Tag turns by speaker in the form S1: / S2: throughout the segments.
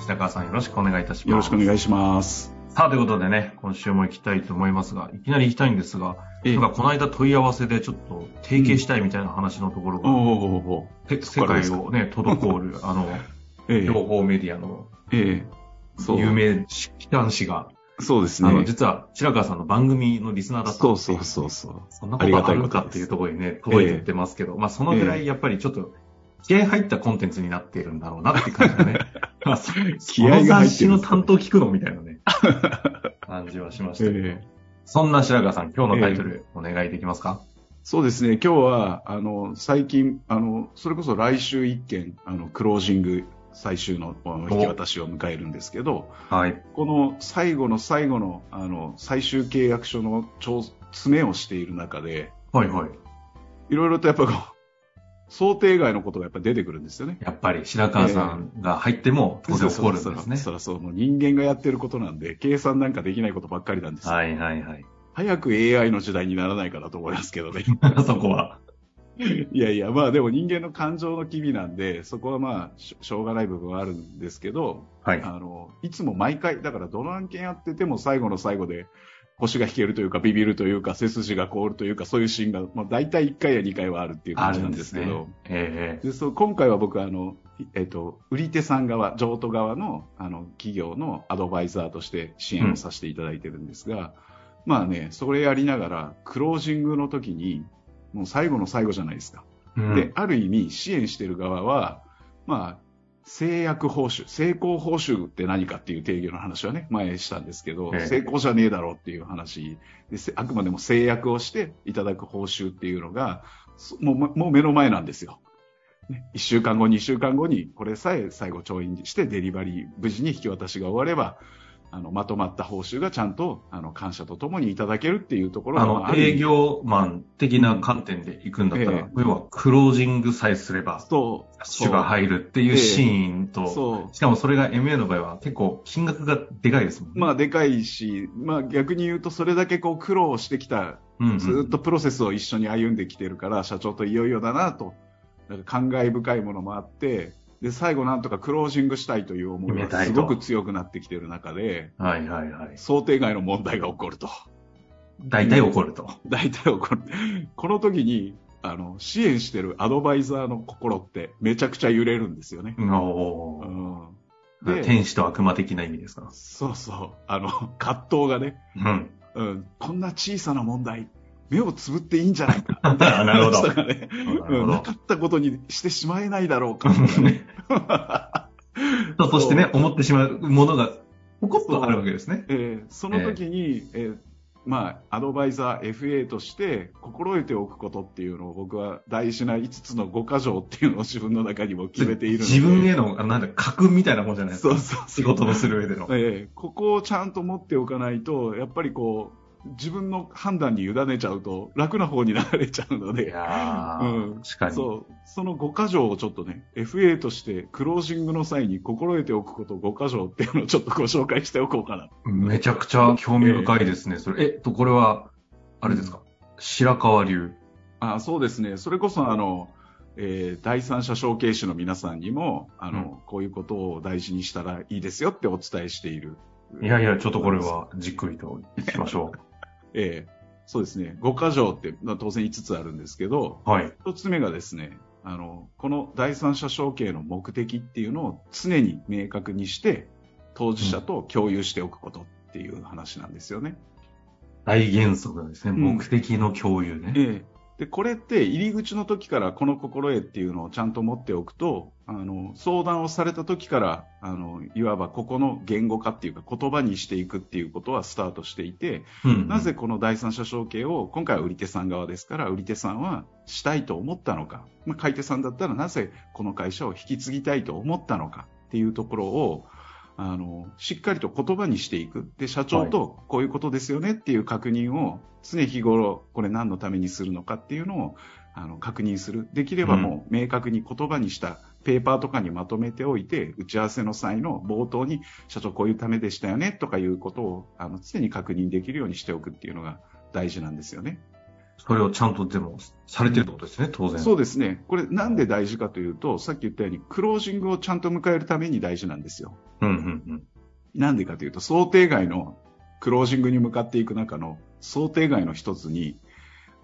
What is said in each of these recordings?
S1: 白川さんよろしくお願いいたします。
S2: よろしくお願いします。
S1: さあ、ということでね、今週も行きたいと思いますが、いきなり行きたいんですが、
S2: ええ
S1: なんかこの間問い合わせでちょっと提携したいみたいな話のところ
S2: お
S1: が、
S2: お、
S1: て
S2: そ
S1: 世
S2: こから
S1: 界
S2: ですか
S1: をね、滞る、 あの、
S2: ええ
S1: 情報メディアの
S2: ええそう
S1: 有名機関誌が、
S2: そうです
S1: あの、
S2: ね。
S1: 実は白川さんの番組のリスナーだった
S2: そうそうそうそう。
S1: そんなことあるのかっていうところにね、届いてってますけど、まあそのぐらいやっぱりちょっと気合入ったコンテンツになっているんだろうなって感じが ね。まあそ
S2: 気合
S1: この
S2: が入ってる
S1: 雑誌の担当聞くのみたいなね、感じはしましたけど。
S2: ええ
S1: そんな白川さん、今日のタイトル、お願いできますか、
S2: そうですね。今日は、あの、最近、あの、それこそ来週一件、あの、クロージング最終のあの
S1: お
S2: 引き渡しを迎えるんですけど、
S1: はい。
S2: この最後の最後の、あの、最終契約書の調詰めをしている中で、
S1: はいはい。
S2: いろいろとやっぱこう、想定外のことがやっぱ出てくるんですよね。
S1: やっぱり白川さんが入っても当然起こるん
S2: そ
S1: で
S2: ら
S1: すね。
S2: そらそう、もう人間がやってることなんで、計算なんかできないことばっかりなんですよ
S1: はいはいはい。
S2: 早く AI の時代にならないかなと思いますけどね。
S1: そこは。
S2: いやいや、まあでも人間の感情の機微なんで、そこはまあしょ、しょうがない部分はあるんですけど、
S1: はい。
S2: あの、いつも毎回、だからどの案件やってても最後の最後で、腰が引けるというか、ビビるというか、背筋が凍るというか、そういうシーンが、まあ大体1回や2回はあるっていう
S1: あ
S2: 感じ
S1: る
S2: なんん
S1: で
S2: です
S1: す
S2: け
S1: ね
S2: ど、。
S1: ええ
S2: でそう今回は僕あの、いえっと売り手さん側、譲渡側のあの企業のアドバイザーとして支援をさせていただいてるんですが、まあね、それやりながら、クロージングの時に、もう最後の最後じゃないですか。
S1: うん
S2: で、ある意味、支援してる側は、まあ、制約報酬、成功報酬って何かっていう定義の話はね、前したんですけど、
S1: ええ
S2: 成功じゃねえだろうっていう話で、せあくまでも制約をしていただく報酬っていうのが、そもうももう目の前なんですよ。ね、1週間後、2週間後に、これさえ最後、調印して、デリバリー、無事に引き渡しが終われば、あのまとまった報酬がちゃんとあの感謝とともにいただけるっていうところが
S1: あ
S2: まああ
S1: の、
S2: る意味
S1: 営業マン的な観点で行くんだったら、
S2: ええ
S1: 要はクロージングさえすれば、ダ
S2: そう
S1: ッシュが入るっていうシーンと、
S2: そう
S1: しかもそれが MA の場合は結構金額がでかいですもんね。
S2: まあでかいし、まあ逆に言うとそれだけこう苦労してきた、
S1: うんうん
S2: ずーっとプロセスを一緒に歩んできてるから、社長といよいよだなと、なんか感慨深いものもあって、で、最後なんとかクロージングしたいという思い
S1: 決めた
S2: が
S1: い
S2: す
S1: と
S2: ごく強くなってきてる中で、
S1: はいはいはい。
S2: 想定外の問題が起こると。
S1: 大体起こると。
S2: 大体起こる。この時に、あの、支援してるアドバイザーの心ってめちゃくちゃ揺れるんですよね。
S1: お
S2: う
S1: ー
S2: ん。で
S1: 天使と悪魔的な意味ですか。
S2: そうそう。あの、葛藤がね、
S1: うん。
S2: うん、こんな小さな問題、目をつぶっていいんじゃないか。
S1: なるほ ど
S2: 話とかね
S1: なるほ
S2: う
S1: ど
S2: んなかったことにしてしまえないだろうか。とかね
S1: そうそしてね、思ってしまうものが、ポコッとあるわけですね。
S2: えーその時に、えーまあ、アドバイザー FA として心得ておくことっていうのを僕は大事な5つの5箇条っていうのを自分の中にも決めているので
S1: 自分への、あなんだ、格みたいなもんじゃないです
S2: そ
S1: か。
S2: うそう
S1: 仕事をする上での。
S2: えーここをちゃんと持っておかないとやっぱりこう自分の判断に委ねちゃうと楽な方に流れちゃうので
S1: いやー、
S2: うん
S1: 確かに。
S2: そう、その5箇条をちょっとね、FA としてクロージングの際に心得ておくこと5箇条っていうのをちょっとご紹介しておこうかな。
S1: めちゃくちゃ興味深いですね、それ。えっと、これは、あれですか、白川流。
S2: あそうですね、それこそあの、えー第三者承継士の皆さんにもあの、こういうことを大事にしたらいいですよってお伝えしている。
S1: いやいや、ちょっとこれはじっくりと聞きましょ
S2: えーそうですね、5箇条って、まあ当然5つあるんですけど、
S1: う。 はい。
S2: 1つ目がですね、あの、この第三者承継の目的っていうのを常に明確にして、当事者と共有しておくことっていう話なんですよね。
S1: 大原則なんですね、
S2: うん
S1: 目的の共有ね。
S2: ええで、これって入り口の時からこの心得っていうのをちゃんと持っておくと、あの、相談をされた時から、あの、いわばここの言語化っていうか言葉にしていくっていうことはスタートしていて、
S1: うん
S2: なぜこの第三者承継を、今回は売り手さん側ですから、売り手さんはしたいと思ったのか、まあ、買い手さんだったらなぜこの会社を引き継ぎたいと思ったのかっていうところを、あの、しっかりと言葉にしていく。で、社長とこういうことですよねっていう確認を、常日頃、これ何のためにするのかっていうのを、あの、確認する。できればもう明確に言葉にしたペーパーとかにまとめておいて、打ち合わせの際の冒頭に、社長こういうためでしたよねとかいうことを、あの、常に確認できるようにしておくっていうのが大事なんですよね。
S1: それをちゃんとでもされてるってことですね、当然。
S2: そうですね。これなんで大事かというと、さっき言ったように、クロージングをちゃんと迎えるために大事なんですよ。
S1: うんうんうん。
S2: なんでかというと、想定外のクロージングに向かっていく中の想定外の一つに、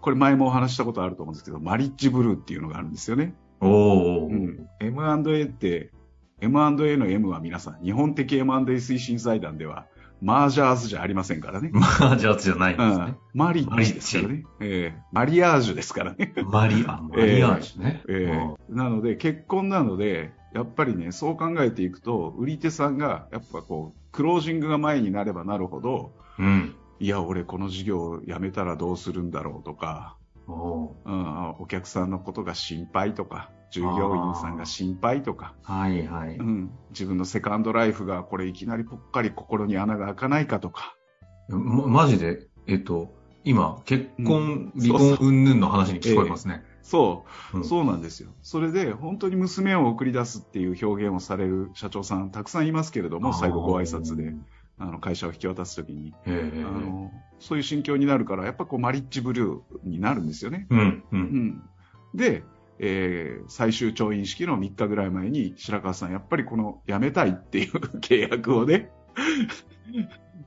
S2: これ前もお話したことあると思うんですけど、マリッジブルーっていうのがあるんですよね。
S1: おお、
S2: うん。M&A って、M&A の M は皆さん、日本的 M&A 推進財団では、マージャーズじゃありませんからね。
S1: マージャー ズじゃないん
S2: う
S1: ですね
S2: ん。、マリッジですからね。ええマリアージュですからね。
S1: マリア、マリアージュね。
S2: えーなので結婚なのでやっぱりねそう考えていくと売り手さんがやっぱこうクロージングが前になればなるほど
S1: うん。
S2: いや俺この事業辞めたらどうするんだろうとか、
S1: おお
S2: うん、お客さんのことが心配とか従業員さんが心配とか、
S1: ーはいはい。
S2: うん、自分のセカンドライフがこれいきなりぽっかり心に穴が開かないかとか
S1: ま、マジで、えっと、今、結婚、
S2: うん
S1: 離
S2: そ
S1: 婚、
S2: うそ
S1: 云々の話に聞こえますね。
S2: そうう、
S1: ん
S2: そうなんですよ。それで、本当に娘を送り出すっていう表現をされる社長さん、たくさんいますけれども、最後ご挨拶で。あの会社を引き渡すときに、
S1: え
S2: あ
S1: え
S2: のそういう心境になるからやっぱこうマリッジブルーになるんですよね。
S1: うん、う。
S2: うんん、で、えー最終調印式の3日ぐらい前に白川さんやっぱりこの辞めたいっていう契約をね、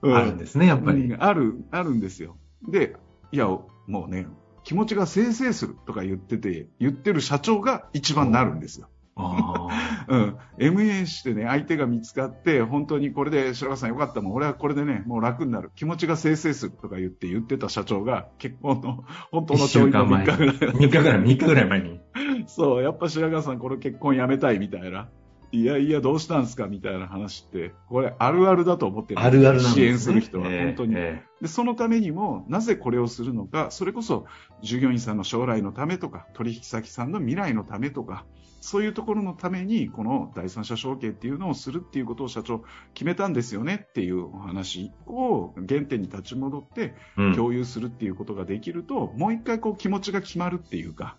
S2: うん
S1: あるんですね、やっぱ
S2: う
S1: り。
S2: んあるあるんですよ。でいやもうね気持ちがせいせいするとか言ってて言ってる社長が一番なるんですよ。
S1: あ
S2: うん、MA してね、相手が見つかって、本当にこれで白川さんよかったもん、俺はこれでね、もう楽になる、気持ちが生成するとか言って言ってた社長が、結婚の、 本当の調理の3日ぐらい
S1: あ、3日ぐらい、3日ぐらい前に。
S2: そう、やっぱ白川さん、この結婚やめたいみたいな。いやいや、どうしたんすかみたいな話って、これあるあるだと思ってる
S1: あるあるなんですね。
S2: 支援する人は、
S1: ええ
S2: 本当に。
S1: え
S2: で、そのためにも、なぜこれをするのか、それこそ従業員さんの将来のためとか、取引先さんの未来のためとか、そういうところのために、この第三者承継っていうのをするっていうことを社長決めたんですよねっていうお話を原点に立ち戻って
S1: えうん
S2: 共有するっていうことができると、もう一回こう気持ちが決まるっていうか、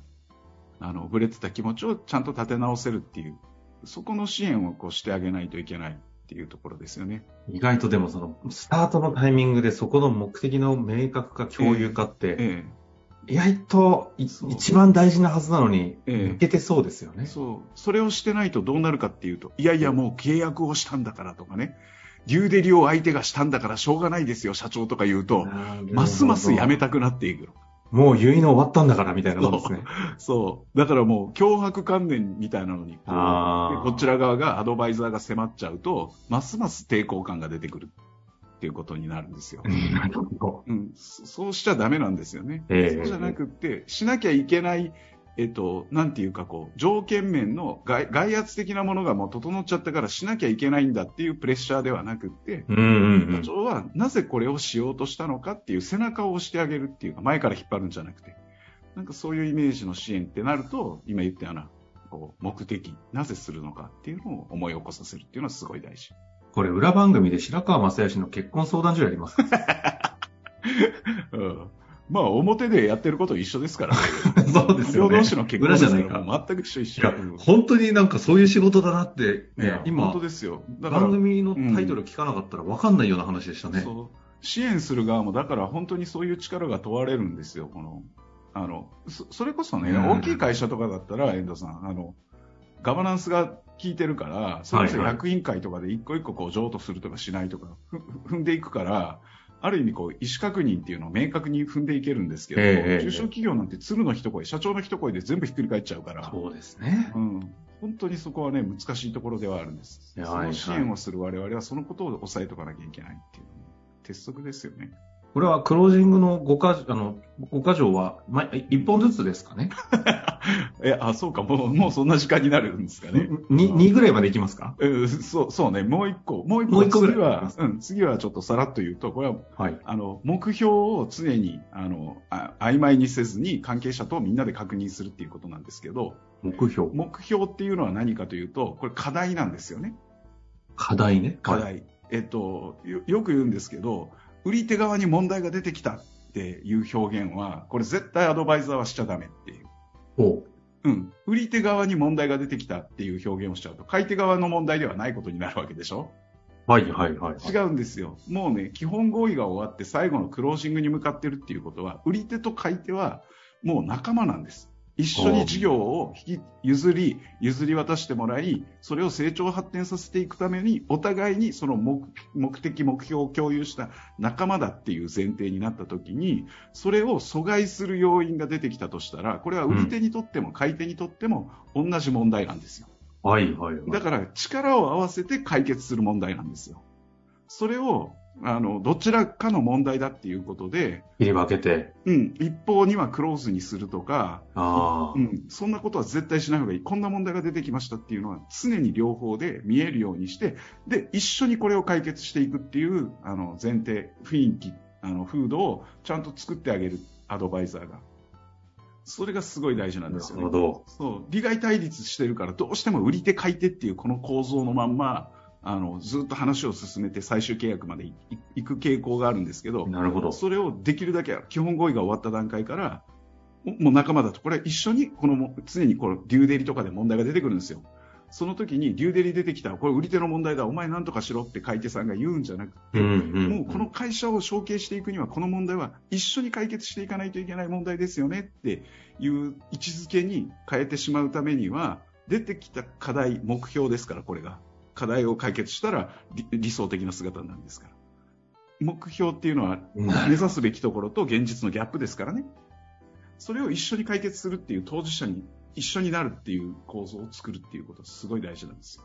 S2: あの、ぶれてた気持ちをちゃんと立て直せるっていう、そこの支援をこうしてあげないといけないっていうところですよね。
S1: 意外とでもその、スタートのタイミングでそこの目的の明確化、共有化って、
S2: ええ
S1: 意外とい
S2: そう
S1: 一番大事なはずなのに、
S2: ええ
S1: 抜けてそうですよね。
S2: そう。それをしてないとどうなるかっていうと、いやいやもう契約をしたんだからとかね、デューデリを相手がしたんだからしょうがないですよ、社長とか言うと、
S1: なるほど
S2: ますますやめたくなっていく。
S1: もう結納終わったんだからみたいなもんですね。
S2: そう。だからもう脅迫観念みたいなのにこう
S1: あー
S2: こちら側がアドバイザーが迫っちゃうと、ますます抵抗感が出てくるっていうことになるんですよ。
S1: なるほ
S2: うん、そそうしちゃダメなんですよね。
S1: ええ
S2: そうじゃなくって、しなきゃいけない、えっと、なんていうかこう、条件面の外外圧的なものがもう整っちゃったからしなきゃいけないんだっていうプレッシャーではなくって、
S1: ど。うんうんう
S2: 社
S1: ん。
S2: 長はなぜこれをしようとしたのかっていう背中を押してあげるっていうか、前から引っ張るんじゃなくて、なんかそういうイメージの支援ってなると、今言ったような、こう、目的、なぜするのかっていうのを思い起こさせるっていうのはすごい大事。
S1: これ裏番組で白川正義の結婚相談所やり ます。
S2: うんまあ、表でやってること一緒ですから、
S1: そうですよね
S2: 両同士の結婚ですから
S1: 裏じゃない
S2: もう全く一緒一
S1: い
S2: 緒。
S1: や、本当になんかそういう仕事だなって、
S2: いや
S1: ね、今
S2: 本当、ですよ。だから、
S1: 番組のタイトル聞かなかったら分かんないような話でしたね。
S2: そう支援する側も、だから本当にそういう力が問われるんですよ。この、あの、そそれこそね、
S1: うん
S2: 大きい会社とかだったら、遠藤さん、あの、ガバナンスが効いてるから、それこそ
S1: はいはい
S2: 役員会とかで一個一個こう譲渡するとかしないとか、ふふ踏んでいくから、ある意味こう、意思確認っていうのを明確に踏んでいけるんですけど、
S1: ええ
S2: 中小企業なんて鶴の一声、社長の一声で全部ひっくり返っちゃうから。
S1: そうですね。
S2: うん、本当にそこはね、難しいところではあるんです。
S1: いや
S2: そ
S1: はいは
S2: の
S1: い
S2: 支援をする我々はそのことを抑えとかなきゃいけないっていうのも鉄則ですよね。
S1: これはクロージングの5かあの5か条は、ま、1本ずつですかね
S2: え、あ、そうか、もう、もうそんな時間になるんですかね。
S1: に ?2 ぐらいまでいきますか
S2: うん、そう、そうね、もう一個、もう一個、
S1: もう一個ぐらい
S2: 次は、うん、次はちょっとさらっと言うと、これは、
S1: はい。
S2: あの、目標を常に、あの、あ曖昧にせずに関係者とみんなで確認するっていうことなんですけど、
S1: 目標。
S2: 目標っていうのは何かというと、これ課題なんですよね。
S1: 課題ね。
S2: 課題、
S1: はい。
S2: えっとよ、よく言うんですけど、売り手側に問題が出てきたっていう表現は、これ絶対アドバイザーはしちゃダメっていう。
S1: おう
S2: うん。売り手側に問題が出てきたっていう表現をしちゃうと、買い手側の問題ではないことになるわけでしょ
S1: はいはいはい。
S2: 違うんですよ。もうね、基本合意が終わって最後のクロージングに向かってるっていうことは、売り手と買い手はもう仲間なんです。一緒に事業を引き譲り、譲り渡してもらい、それを成長発展させていくために、お互いにその目目的、目標を共有した仲間だっていう前提になった時に、それを阻害する要因が出てきたとしたら、これは売り手にとっても買い手にとっても同じ問題なんですよ。
S1: はいはいはい。
S2: だから力を合わせて解決する問題なんですよ。それを、あの、どちらかの問題だっていうことで、
S1: 切り分けて。
S2: うん、一方にはクローズにするとか、
S1: ああ、
S2: うん、そんなことは絶対しない方がいい。こんな問題が出てきましたっていうのは常に両方で見えるようにして、で、一緒にこれを解決していくっていう、あの、前提、雰囲気、あの、風土をちゃんと作ってあげるアドバイザーが。それがすごい大事なんですよ
S1: な
S2: ね
S1: るほ。ど。
S2: そう、利害対立してるから、どうしても売り手買い手っていうこの構造のまんま、あの、ずっと話を進めて最終契約までいいく傾向があるんですけど、
S1: なるほど。
S2: それをできるだけ基本合意が終わった段階から、ももう仲間だと、これ一緒に、このも、常にこのデューデリとかで問題が出てくるんですよ。その時にデューデリ出てきたら、これ売り手の問題だ、お前なんとかしろって買い手さんが言うんじゃなくて、
S1: うんうん。
S2: もうこの、会社を承継していくには、この問題は一緒に解決していかないといけない問題ですよねっていう位置づけに変えてしまうためには、出てきた課題、目標ですから、これが。課題を解決したら理理想的な姿なんですから。目標っていうのは
S1: な
S2: 目
S1: る
S2: 指すべきところと現実のギャップですからね。それを一緒に解決するっていう当事者に一緒になるっていう構造を作るっていうことはすごい大事なんですよ。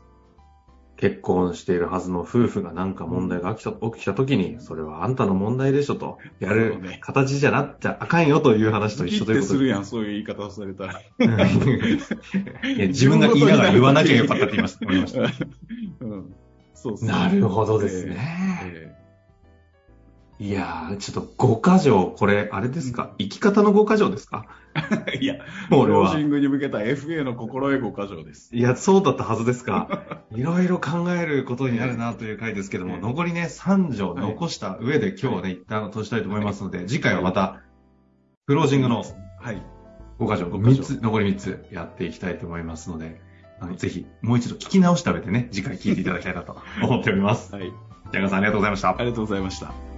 S1: 結婚しているはずの夫婦がなんか問題が起きた起きた時に、それはあんたの問題でしょと、やる
S2: そうね
S1: 形じゃなっちゃあかんよという話と一緒というこ
S2: ドキッてす
S1: と
S2: る
S1: で。
S2: やん、そういう言い方をされたら。
S1: いや自分が言いながら言わなきゃよかったって言いました。思いました
S2: うんそうそう
S1: なるほどですね。
S2: え
S1: いやー、ちょっと5箇条、これ、あれですか生き方の5箇条ですか
S2: えいや、
S1: もう俺
S2: クロー
S1: は
S2: ジ。ングに向けた FA の心得5箇条です。
S1: いや、そうだったはずです が、いろいろ考えることになるなという回ですけども、
S2: ええ
S1: 残りね、3条
S2: はい
S1: 残した上で今日はね、一旦閉じたいと思いますので、次回はまた、クロージングの
S2: はい。
S1: 5箇条、
S2: 5箇
S1: 3
S2: 条
S1: つ、残り3つやっていきたいと思いますので、あのぜひ、もう一度聞き直してあげてね、次回聞いていただきたいなと思っております。
S2: はい。
S1: ジャガーさんありがとうございました
S2: あ。りがとうございました。